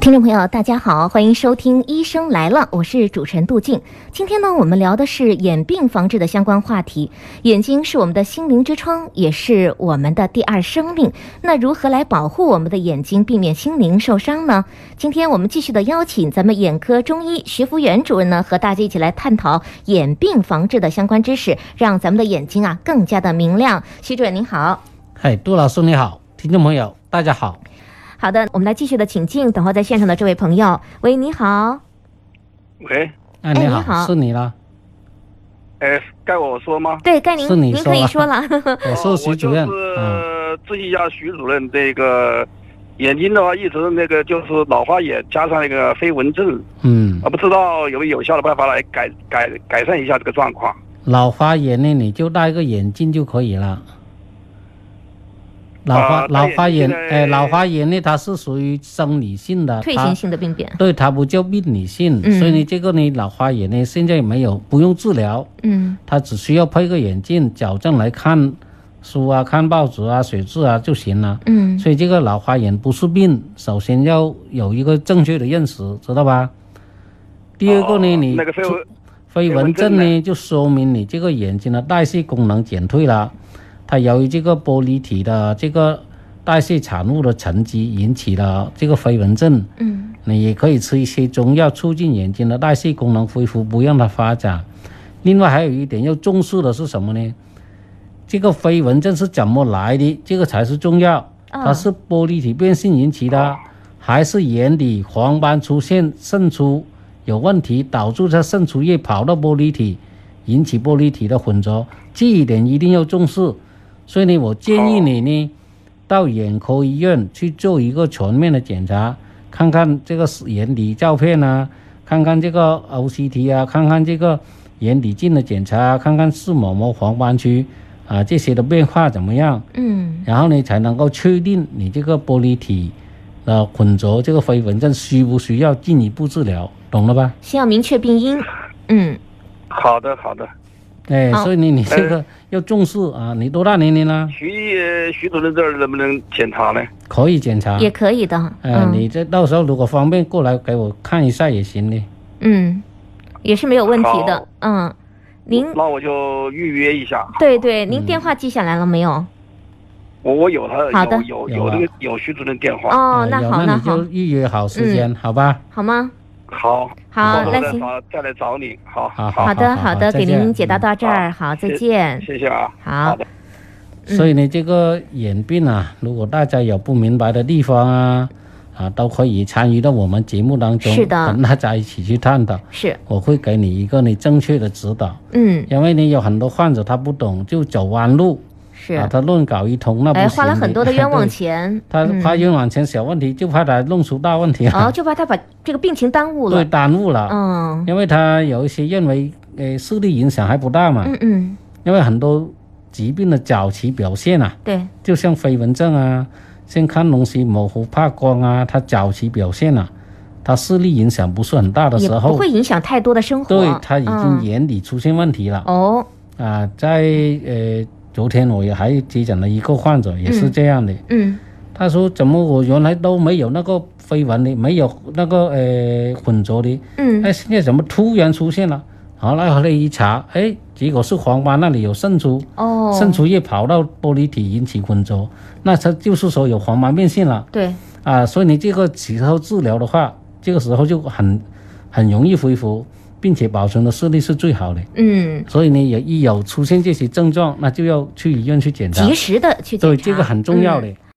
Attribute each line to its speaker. Speaker 1: 听众朋友，大家好，欢迎收听《医生来了》，我是主持人杜静。今天呢，我们聊的是眼病防治的相关话题。眼睛是我们的心灵之窗，也是我们的第二生命。那如何来保护我们的眼睛，避免心灵受伤呢？今天我们继续的邀请咱们眼科中医徐福元主任呢，和大家一起来探讨眼病防治的相关知识，让咱们的眼睛啊更加的明亮。徐主任您好。
Speaker 2: 嗨，杜老师你好，听众朋友大家好。
Speaker 1: 好的，我们来继续的请进等候在线上的这位朋友。喂，你好。
Speaker 3: 喂，
Speaker 2: 哎，
Speaker 1: 你
Speaker 2: 你
Speaker 1: 好
Speaker 2: 是你了，
Speaker 3: 哎，该我说吗？哦
Speaker 1: 对，该您
Speaker 2: 是你
Speaker 1: 您
Speaker 2: 说
Speaker 1: 可以
Speaker 2: 了
Speaker 1: 说了。
Speaker 2: 我是徐主任
Speaker 3: 哎我就。
Speaker 2: 嗯，
Speaker 3: 是咨询一下徐主任，这个眼睛的话，一直那个就是老花眼加上那个飞蚊症，
Speaker 2: 嗯
Speaker 3: 啊，不知道有没有有效的办法来改改改善一下这个状况。
Speaker 2: 老花眼呢，你就戴个眼镜就可以了。老花、
Speaker 3: 啊
Speaker 2: 老花眼，
Speaker 3: 戴眼镜
Speaker 2: 哎，
Speaker 3: 呢
Speaker 2: 老花眼呢，它是属于生理性的，
Speaker 1: 退
Speaker 2: 它
Speaker 1: 行性的病变。
Speaker 2: 对，它不叫病理性，
Speaker 1: 嗯
Speaker 2: 所以呢，这个呢，老花眼呢，现在没有不用治疗，
Speaker 1: 嗯
Speaker 2: 它只需要配个眼镜，矫正来看书啊、看报纸啊、写字啊就行了。
Speaker 1: 嗯
Speaker 2: 所以这个老花眼不是病，首先要有一个正确的认识，知道吧？第二个呢，
Speaker 3: 哦
Speaker 2: 你
Speaker 3: 那个飞
Speaker 2: 出
Speaker 3: 蚊
Speaker 2: 飞蚊症
Speaker 3: 飞蚊
Speaker 2: 呢，就说明你这个眼睛的代谢功能减退了，它由于这个玻璃体的这个代谢产物的沉积引起的这个飞蚊症。
Speaker 1: 嗯
Speaker 2: 你也可以吃一些中药，促进眼睛的代谢功能恢复，不让它发展。另外还有一点要重视的是什么呢？这个飞蚊症是怎么来的？这个才是重要。
Speaker 1: 啊
Speaker 2: 它是玻璃体变性引起的，还是眼底黄斑出现渗出有问题，导致它渗出液跑到玻璃体，引起玻璃体的混浊？这一点一定要重视。所以呢，我建议你呢，到眼科医院去做一个全面的检查，看看这个眼底照片啊，看看这个 OCT 啊，看看这个眼底镜的检查啊，看看视网膜黄斑区啊这些的变化怎么样，
Speaker 1: 嗯
Speaker 2: 然后呢才能够确定你这个玻璃体的混浊这个飞蚊症需不需要进一步治疗，懂了吧？
Speaker 1: 先要明确病因。嗯
Speaker 3: 好的，好的。
Speaker 2: 哎，
Speaker 1: 好
Speaker 2: 所以呢，你这个要重视啊！你多大年龄了？
Speaker 3: 徐呃徐主任这儿能不能检查呢？
Speaker 2: 可以检查。
Speaker 1: 也可以的。
Speaker 2: 啊呃，你
Speaker 1: 嗯
Speaker 2: 这到时候如果方便过来给我看一下也行的。
Speaker 1: 嗯，也是没有问题的
Speaker 3: 好。
Speaker 1: 嗯，您
Speaker 3: 那我就预约一下。
Speaker 1: 对对，
Speaker 2: 嗯
Speaker 1: 您电话记下来了没有？
Speaker 3: 我我有他
Speaker 1: 好的
Speaker 3: 有有
Speaker 2: 有
Speaker 3: 有
Speaker 2: 了
Speaker 3: 那个有徐主任电话。
Speaker 1: 哦
Speaker 2: 呃，
Speaker 1: 那
Speaker 2: 有
Speaker 1: 好
Speaker 2: 那你
Speaker 1: 好嗯
Speaker 2: 就预约好时间，好吧？
Speaker 1: 好吗？
Speaker 3: 好，
Speaker 1: 好，
Speaker 3: 那我
Speaker 1: 那
Speaker 3: 再
Speaker 1: 行，
Speaker 3: 找再来找你。好，
Speaker 2: 好好
Speaker 1: 好的好的，
Speaker 2: 再
Speaker 1: 给您
Speaker 2: 见
Speaker 1: 解答到这儿，好，再
Speaker 3: 嗯谢
Speaker 1: 见。
Speaker 3: 谢谢啊。
Speaker 1: 好
Speaker 3: 好的，
Speaker 1: 嗯
Speaker 2: 所以呢，这个眼病啊，如果大家有不明白的地方啊，啊，都可以参与到我们节目当中，
Speaker 1: 是的
Speaker 2: 跟大家一起去探讨。
Speaker 1: 是，
Speaker 2: 我会给你一个你正确的指导，
Speaker 1: 嗯
Speaker 2: 因为你有很多患者他不懂就走弯路，
Speaker 1: 是
Speaker 2: 啊，，他乱搞一通，那不
Speaker 1: 哎，
Speaker 2: 行。
Speaker 1: 花了很多的冤枉
Speaker 2: 对。
Speaker 1: 钱。
Speaker 2: 他
Speaker 1: 嗯
Speaker 2: 花冤枉钱小问题，就怕他弄出大问题来，
Speaker 1: 哦，就怕他把这个病情耽误
Speaker 2: 对，
Speaker 1: 了。
Speaker 2: 耽误了。
Speaker 1: 嗯
Speaker 2: 因为他有一些认为，呃，视力影响还不大嘛，
Speaker 1: 嗯嗯，
Speaker 2: 因为很多疾病的早期表现啊，
Speaker 1: 对，
Speaker 2: 就像飞蚊症啊，像看东西模糊怕光啊，它早期表现啊，它视力影响不是很大的
Speaker 1: 也
Speaker 2: 时
Speaker 1: 不
Speaker 2: 候，
Speaker 1: 会影响太多的生活。
Speaker 2: 对它已经
Speaker 1: 嗯
Speaker 2: 眼底出现问题了、
Speaker 1: 哦，
Speaker 2: 啊。在呃，昨天我也还接诊了一个患者，也是这样的，
Speaker 1: 嗯
Speaker 2: 他说怎么我原来都没有那个飞蚊的，没有那个呃混浊的，
Speaker 1: 嗯，
Speaker 2: 哎，现在怎么突然出现了？好，那后来一查，哎，结果是黄斑那里有渗出，
Speaker 1: 哦，
Speaker 2: 渗出液跑到玻璃体引起混浊，那它就是说有黄斑变性了
Speaker 1: 对，
Speaker 2: 啊。所以你这个时候治疗的话，这个时候就很很容易恢复，并且保存的视力是最好的。
Speaker 1: 嗯，
Speaker 2: 所以呢，也一有出现这些症状，那就要去医院去检查
Speaker 1: 及。时的去检查，
Speaker 2: 对，这个很重要的。
Speaker 1: 嗯